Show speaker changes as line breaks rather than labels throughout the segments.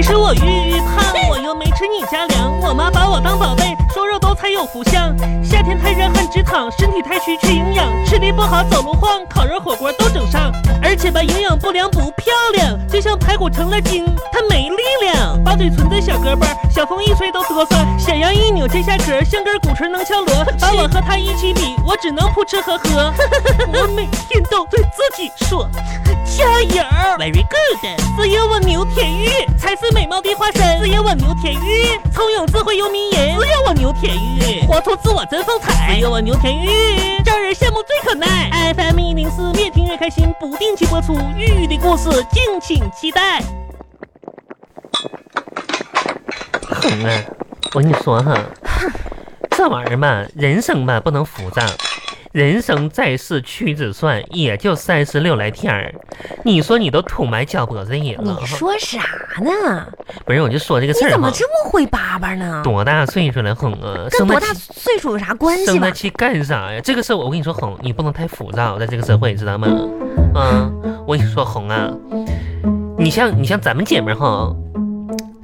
是我郁郁胖，我又没吃你家粮，我妈把我当宝贝，说肉包才有福相。夏天太热汗直淌，身体太虚缺营养，吃力不好走路晃，烤肉火锅都整上，而且吧营养不良不漂亮，就像排骨成了精，它没力量。把嘴存在小胳膊，小风一吹都哆嗦，小羊一扭接下壳，像根鼓槌能敲锣。把我和他一起比，我只能扑哧呵呵。 我每天都对自己说。加油，very good！只有我牛田玉才是美貌的化身，只有我牛田玉聪颖智慧又迷人，只有我牛田玉活出自我真风采，只有我牛田玉让人羡慕最可耐。FM 一零四越听越开心，不定期播出玉玉的故事，敬请期待。哼啊，我跟你说哈，这玩意儿嘛，人生嘛不能浮躁。人生在世屈指算，也就三十六来天儿。你说你都土埋脚脖子里了
你，说啥呢？
不是？我就说这个事
你
儿
怎么
哈，
这么会叭叭呢？
多大岁数了，哄啊，
跟
生
多
他
大
气，
岁数有啥关系
生他
吧？
气干啥呀？这个事儿我跟你说，哄你不能太浮躁，在这个社会，知道吗？嗯，我跟你说，哄啊，你像你像咱们姐妹儿哈，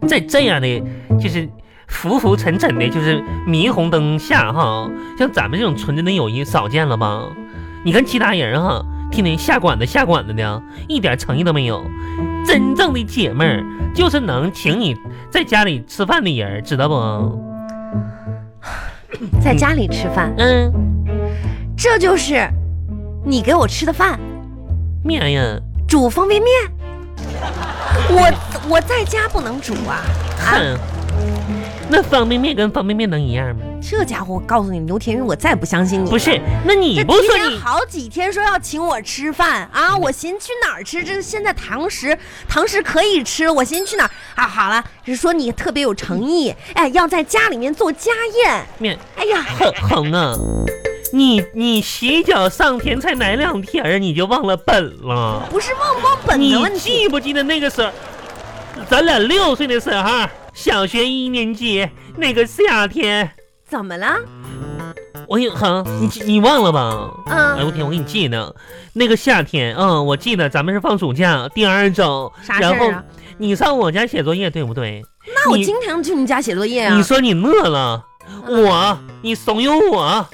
在这样的就是。浮浮沉沉的，就是霓虹灯下哈，像咱们这种纯真的友谊少见了吧？你看其他人哈，天天下馆子下馆子的，一点诚意都没有。真正的姐妹儿就是能请你在家里吃饭的人儿，知道不？
在家里吃饭，
嗯，
这就是你给我吃的饭，
面呀，
煮方便面。我我在家不能煮啊！
哼，嗯那方便面跟方便面能一样吗？
这家伙，我告诉你，牛田玉，我再不相信你了。
不是，那你
这
不
提
说
前
你嗯
好几天说要请我吃饭啊！我寻去哪儿吃？这现在堂食，堂食可以吃了。我寻去哪儿啊？好了，是说你特别有诚意，哎，要在家里面做家宴。
嗯面
哎呀，
哼哼啊，你你洗脚上天才哪两天儿你就忘了本了？
不是忘不忘本啊
你
的问题，
记不记得那个时候，咱俩六岁的时候，小学一年级那个夏天，
怎么了？
我也哼，你记你忘了吧？哎
嗯，
我天，我给你记呢，那个夏天，嗯，我记得咱们是放暑假第二周，
啥事
然后
儿啊？
你上我家写作业对不对？
那我
你
经常去你家写作业啊
你。说你饿了，
嗯
我你怂恿我，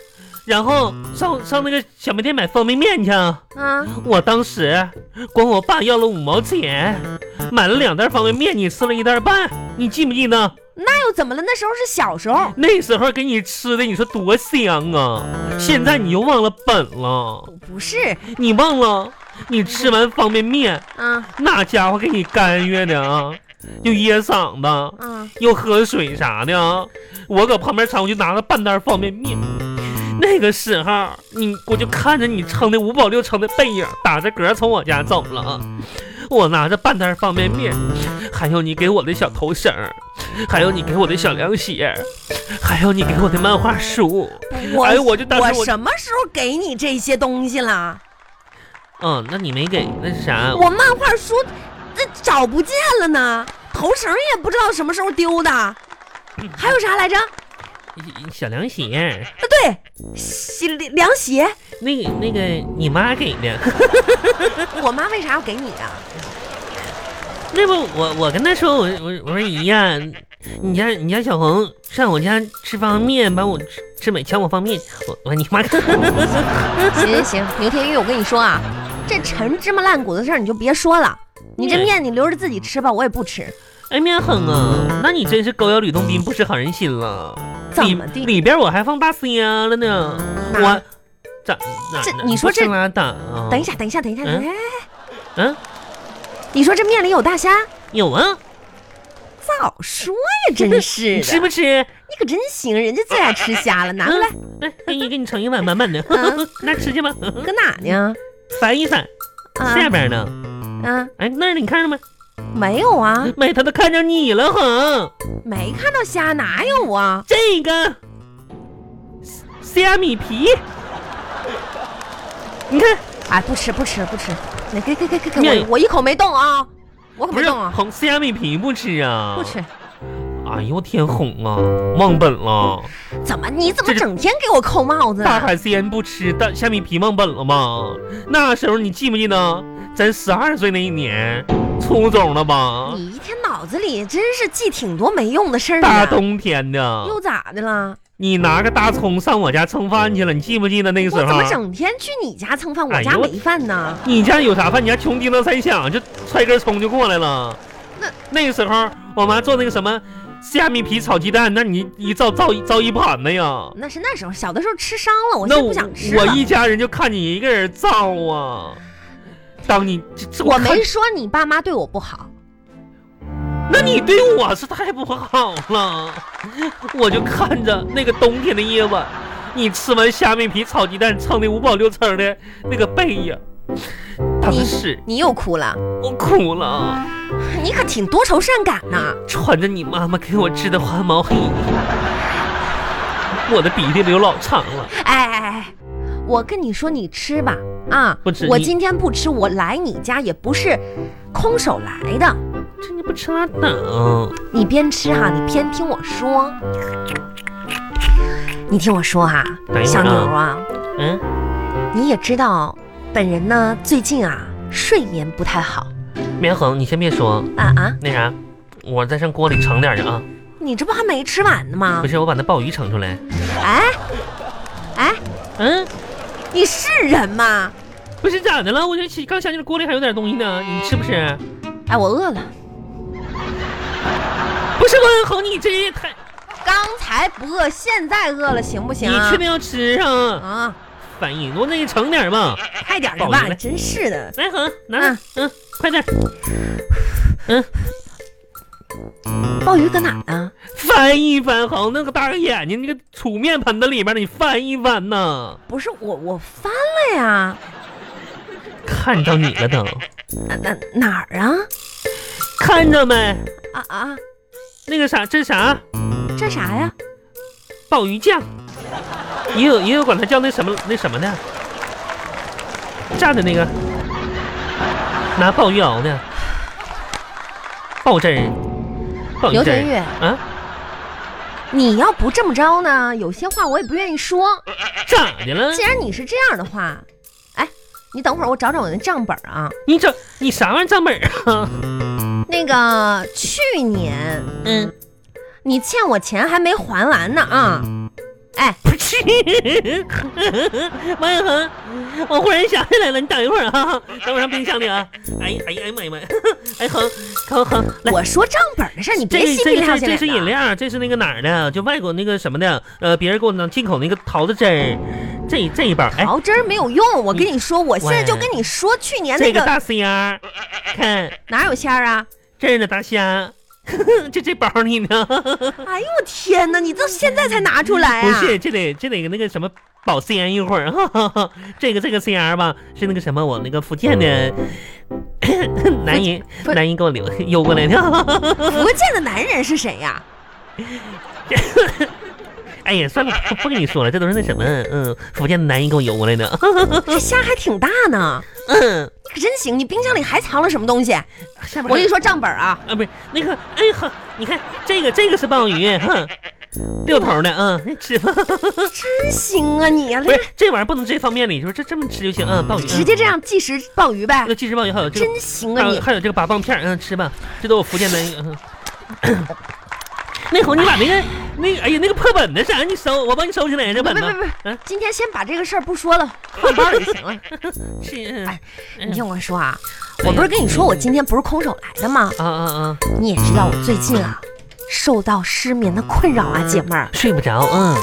然后上上那个小卖店买方便面去。
啊，
我当时管我爸要了五毛钱，买了两袋方便面，你吃了一袋半，你记不记得？
那哎又怎么了？那时候是小时候，
那时候给你吃的，你说多香啊！现在你又忘了本了，
不是
你忘了你吃完方便面，
啊
那家伙给你干哕的啊，又噎嗓子。
啊，
又喝水啥的啊。我搁旁边尝，我就拿了半袋方便面。那个时候，你我就看着你撑的五保六撑的背影，打着嗝从我家走了。我拿着半袋方便面，还有你给我的小头绳儿，还有你给我的小凉鞋，还有你给我的漫画书。
我
哎，我就当时
我
我，
什么时候给你这些东西了？
嗯，那你没给，那是啥？
我漫画书这找不见了呢，头绳也不知道什么时候丢的，还有啥来着？啊，
小凉鞋，
对，洗凉鞋，
那个那个你妈给的。
我妈为啥要给你啊？
那不我我跟他说我我我说姨呀、你家你家小红上我家吃方便面，把我吃吃没抢我方便面，我我你妈个
行行行，牛天玉，我跟你说啊，这陈芝麻烂谷子事儿你就别说了，你这
嗯
面你留着自己吃吧，我也不吃。
哎面哼啊！那你真是狗咬吕洞宾，不识好人心了。
嗯怎么地
里里边我还放大虾了呢，
哪
我咋哪
这
哪
你说
不是
这
拉倒啊？
等一，下，等一下，等一下，
嗯
哎，
嗯，
你说这面里有大虾？
有啊，
早说呀，真是
你
的，
吃不吃？
你可真行，人家最爱吃虾了，拿过来，
嗯来，给你给你盛一碗满满的，
嗯
那吃去吧，
搁哪呢？
翻一翻，
啊
下边呢？
啊，
哎，那儿你看着没？
没有啊。
没，他都看着你了，哼。
没看到虾，哪有啊？
这个虾米皮，你看
哎，不吃不吃不吃，来给给给给给
面
我我一口没动啊，我可
不
没
是
动啊，
红虾米皮不吃啊？
不。吃。
哎呦我天，哄啊，忘本
嗯
了。
怎么你怎么
这是
整天给我扣帽子啊？
大海鲜不吃，但虾米皮忘本了吗？那时候你记不记得？咱十二岁那一年，初中了吧？
嗯你一天脑子里真是记挺多没用的事儿
大
啊！
冬天的，
又咋的了？
你拿个大葱上我家蹭饭去了，你记不记得那个
我
时候？
怎么整天去你家蹭饭，我
哎
家
呦我
没饭呢？
你家有啥饭？你家穷叮当三响，就揣根葱就过来了。
那
那个时候，我妈做那个什么虾米皮炒鸡蛋，那你一造造造一盘子呀。
那是那时候，小的时候吃伤了，我现
那
在不想吃啊
我
了。
一家人就看你一个人造啊。当你这这
我
看
没说你爸妈对我不好，
那你对我是太不好了， 我就看着那个冬天的夜晚，你吃完虾米皮炒鸡蛋蹭的五饱六撑的那个背影，当时
你又哭了，
我哭了，
你可挺多愁善感呐。
穿着你妈妈给我织的花毛衣， 我的鼻涕流老长了。
哎哎哎，我跟你说，你吃吧啊！
不吃
我
你
今天不吃，我来你家也不是空手来的。
这你不吃拉倒，
你边吃哈、你边听我说。你听我说哈、
等一会
小
儿啊
牛啊，
嗯，
你也知道，本人呢最近啊睡眠不太好
棉恒，你先别说，
啊啊！
那啥，我再上锅里盛点去啊。
你这不还没吃完呢吗
不？是，我把那鲍鱼盛出来。
哎哎，
嗯。
你是人吗？
不是咋的了？我就起刚想起来锅里还有点东西呢，你吃不吃？
哎，我饿了，
不是万恒，你这也太……
刚才不饿，现在饿了，行不
你
行啊？
确定要吃啊？
啊，
反应，我那你盛点吧。
快点儿的
宝
吧
贝，
真是的。
来恒，拿来，嗯，快点。嗯，
鲍鱼搁哪儿呢？
翻一翻，恒那个大个眼睛，那个杵面盆子里边的，你翻一翻呐。
不是我，我翻了呀。
看着你了都，
哪哪呃哪儿啊？
看着没？
啊啊，
那个啥，这啥
这啥呀？
鲍鱼酱，也有也有管它叫那什么那什么的，蘸的那个，拿鲍鱼熬的，鲍汁儿，鲍鱼
刘
汁
天
儿
宇，
啊，
你要不这么着呢，有些话我也不愿意说。
咋的了
既？然你是这样的话，哎，你等会儿我找找我的账本儿啊。
你整你啥玩意儿账本儿 啊？
那个去年
嗯，
你欠我钱还没还完呢啊！哎，
不是，王永恒，我忽然想起来了，你等一会儿啊，等我上冰箱里啊。哎呀哎呀哎呀妈呀妈 呀！哎恒恒恒，来。
我说账本儿的事儿，你别
这
嬉
这
皮
这
撂
这
下
这是饮
脸的。啊
料，这是那个哪儿的？就外国那个什么的，呃，别人给我弄进口那个桃子汁儿，这这一包，哎，
熬汁儿没有用，我跟你说，我现在就跟你说，去年啊那
这个
个
大虾，看
哪有馅儿啊？
这儿 呢大虾，就这包里呢，
哎呦我天哪，你到现在才拿出来
不
啊？
是，这得这得那个什么保鲜一会儿， 哈哈哈这个这个 CR 吧，是那个什么我那个福建 的。男人，
不
男人给我留邮过来的，
福建的男人是谁呀、
哎呀，算了，不跟你说了，这都是那什么，嗯，福建的男人给我邮过来的，
这虾还挺大呢，
嗯，
你可真行！你冰箱里还藏了什么东西？
下边
我跟你说账本儿啊，
啊，不是那个，哎哼，你看这个，这个是鲍鱼， 哼，六头的，嗯，吃 吧。
真行啊你啊，
不是这玩意儿不能这放面里，就是这这么吃就行，嗯，鲍鱼，嗯
直接这样计时鲍鱼呗
这，个即食鲍鱼，还有这个，
真行
还
啊
有
你！
还有这个八棒片儿，嗯，吃吧，这都我福建的。嗯 那红，你把那个那个，哎呀，那个破本子啥，你收，我帮你收起来，这
不
本
不
子。
不不
嗯，
今天先把这个事儿不说了，放包里就行了。
是啊
哎你听我说啊，
哎呀
我不是跟你说我今天不是空手来的吗？
啊啊，
你也知道我最近啊，受到失眠的困扰啊，姐妹儿，
睡不着，嗯，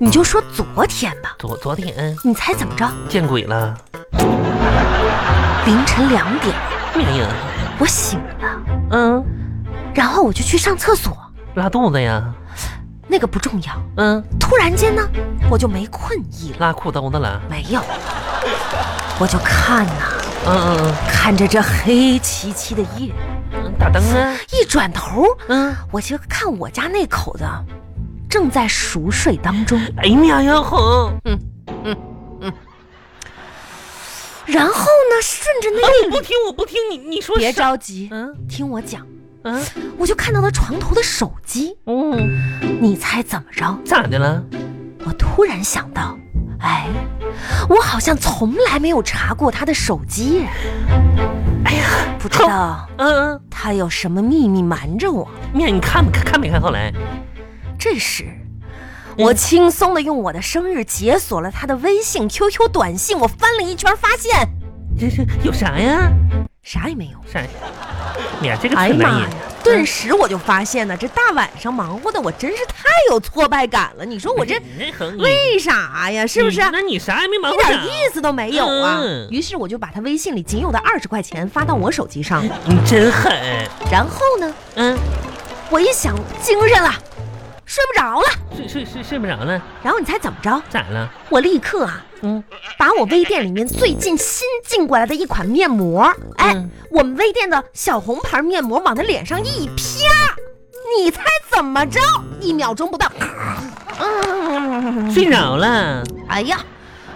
你就说昨天吧，
昨昨天嗯
你猜怎么着？
见鬼了，
凌晨两点
哎呀，
我醒了，
嗯，
然后我就去上厕所，
拉肚子呀，
那个不重要。
嗯，
突然间呢，我就没困意了，
拉裤兜子了，
没有，我就看呐、
嗯嗯嗯。
看着这黑漆漆的夜，
打灯啊，
一转头，
嗯，
我就看我家那口子正在熟睡当中，
哎呀妈呀，红，
嗯然后呢，顺着
啊，
那
我不听，我不听你，你说
别
啥？
着急，
嗯
听我讲，
嗯
我就看到他床头的手机，
嗯，
你猜怎么着？
咋的了？
我突然想到，哎，我好像从来没有查过他的手机，哎呀，不知道
嗯
他他有什么秘密瞒着我？
面，你看看看没看后来？
这时，我轻松的用我的生日解锁了他的微信、QQ 短信，我翻了一圈，发现
这是有啥呀？
啥也没有。
啥呀？你呀，这个
哎
挺
呀妈
难
呀
演。！
顿时我就发现呢，这大晚上忙活的我真是太有挫败感了。你说我这
哎你很
为啥呀？是不是？
那你啥也没忙
一
活
点
上
意思都没有啊
嗯！
于是我就把他微信里仅有的二十块钱发到我手机上，
你真狠。
然后呢，
嗯，
我一想精神了，睡不着了。
睡睡睡睡不着了，
然后你猜怎么着？
咋了？
我立刻啊，
嗯，
把我微店里面最近新进过来的一款面膜，哎，
嗯
我们微店的小红牌面膜往他脸上一啪，你猜怎么着？一秒钟不到，嗯，
睡着了。
哎呀，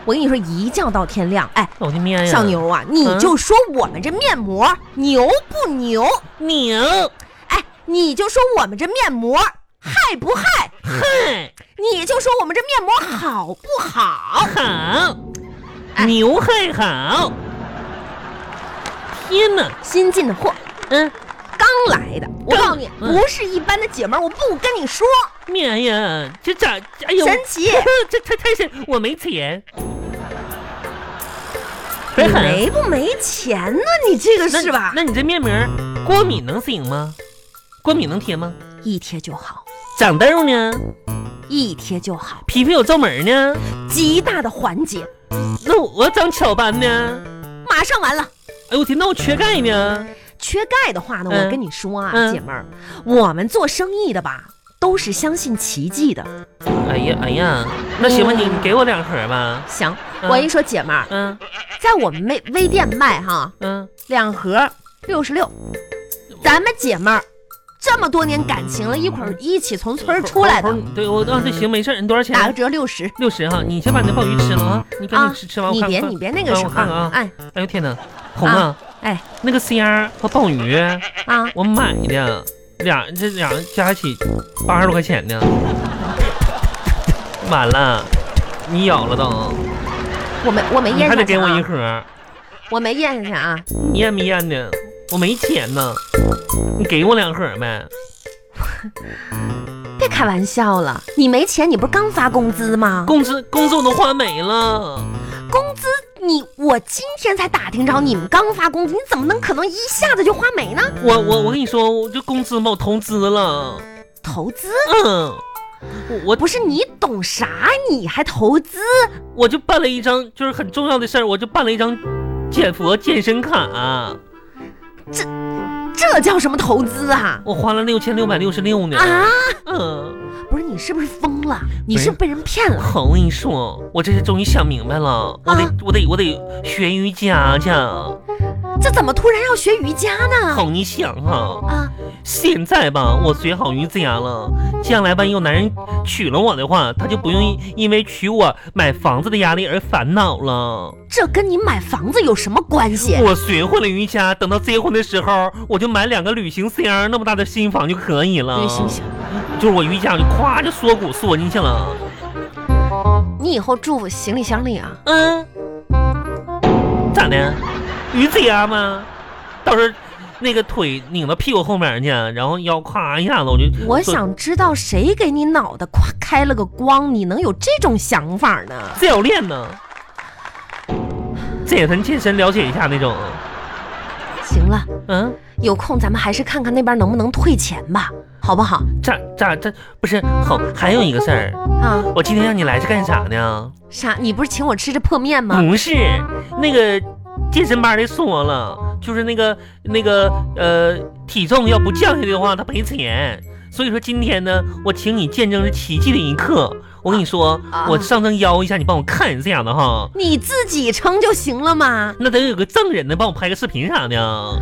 我跟你说，一觉到天亮，哎，
哦我的妈呀！
小牛啊，你就说我们这面膜牛不牛？
牛，
哎，你就说我们这面膜害不害？
嗨，
你就说我们这面膜好不好？
好，
哎
牛还好。天哪，
新进的货，
嗯，
刚来的，我告诉你，
嗯
不是一般的姐们儿，我不跟你说，
妈呀，这咋？哎呦，
神奇
这太太神，我没钱。
你
很
没啊不没钱呢？你这个
那
是吧？
那你这面膜过敏能行吗？过敏能贴吗？
一贴就好，
长痘呢？
一贴就好，
皮肤有皱纹呢？
极大的缓解，
那我我长雀斑呢？
马上完了。
哎呦我天，那我缺钙呢？
缺钙的话呢，
嗯
我跟你说啊，
嗯
姐们儿，我们做生意的吧，都是相信奇迹的。
哎呀哎呀，那行吧，你你给我两盒吧。
行，
嗯
我跟你说，姐们儿，
嗯
在我们微微店卖哈，
嗯，
两盒六十六，咱们姐们儿这么多年感情了，一会儿一起从村儿出来
猴
的
猴，对我啊，对，行，没事儿。你多少
打个
钱？
折六十
六十哈，你先把你的鲍鱼吃了啊，你赶
啊
紧吃吃完，！我
你
看
别
看
你别那个
啊
什
我看看
么
啊，。
哎
哎呦天哪，红啊，
哎
那个虾和鲍鱼
啊，
我买的，俩这俩加起八十多块钱呢。完了，你咬了都，
我没我没
你
咽
还
下
得给
去
我一
啊，
盒，
我没咽下去啊，
你咽没咽呢？我没钱呢，你给我两盒呗。
别开玩笑了，你没钱，你不是刚发工资吗？
工资工资我都花没了，
工资你我今天才打听着你们刚发工资，你怎么能可能一下子就花没呢？
我我我跟你说，我这工资嘛，我投资了，
投资
嗯，我我
不是你懂啥，你还投资？
我就办了一张，就是很重要的事儿，我就办了一张减佛健身卡，
这叫什么投资啊？
我花了六千六百六十六呢，
啊，
嗯。
不是你是不是疯了？你是不是被人骗了？
好，我跟你说，我这是终于想明白了，我得、
啊
我得我得学瑜伽去。
这怎么突然要学瑜伽呢？
好，你想啊，
啊，
现在吧，我学好瑜伽了，将来万一有男人娶了我的话，他就不用因因为娶我买房子的压力而烦恼了。
这跟你买房子有什么关系？
我学会了瑜伽，等到结婚的时候，我就买两个旅行箱那么大的新房就可以了。
对，行行，
就是我瑜伽，我就咵就缩骨缩进去了。
你以后住行李箱里啊。
嗯，咋的？瑜伽吗？到时候那个腿拧到屁股后面去，然后腰咵一下子，我就
我想知道谁给你脑袋夸开了个光，你能有这种想法呢？
教练呢，健身健身了解一下那种。
行了。
嗯，
有空咱们还是看看那边能不能退钱吧，好不好？
咋咋这不是好？还有一个事儿，
啊，
我今天让你来是干啥呢？
啥？你不是请我吃这破面吗？
不是那个健身班的说了，就是那个那个呃，体重要不降下去的话，他赔钱。所以说今天呢，我请你见证这奇迹的一刻。我跟你说，
啊
我上升腰一下，你帮我看一下子哈。
你自己称就行了嘛。
那得有个证人呢，帮我拍个视频啥的。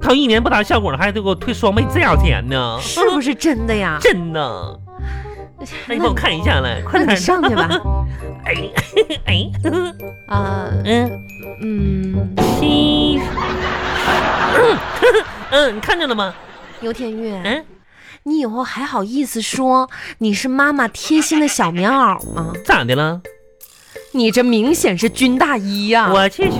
他要一年不达效果了，还得给我退双倍这样钱呢，
是不
是？
是真的呀？
真的，那你帮我看一下来，
那
快
你
点。
上去吧。
哎哎，
啊，
嗯。
嗯，
七， 嗯，你看见了吗？
牛天月，
嗯，
你以后还好意思说你是妈妈贴心的小棉袄吗？
咋的了？
你这明显是军大衣呀、
我去去，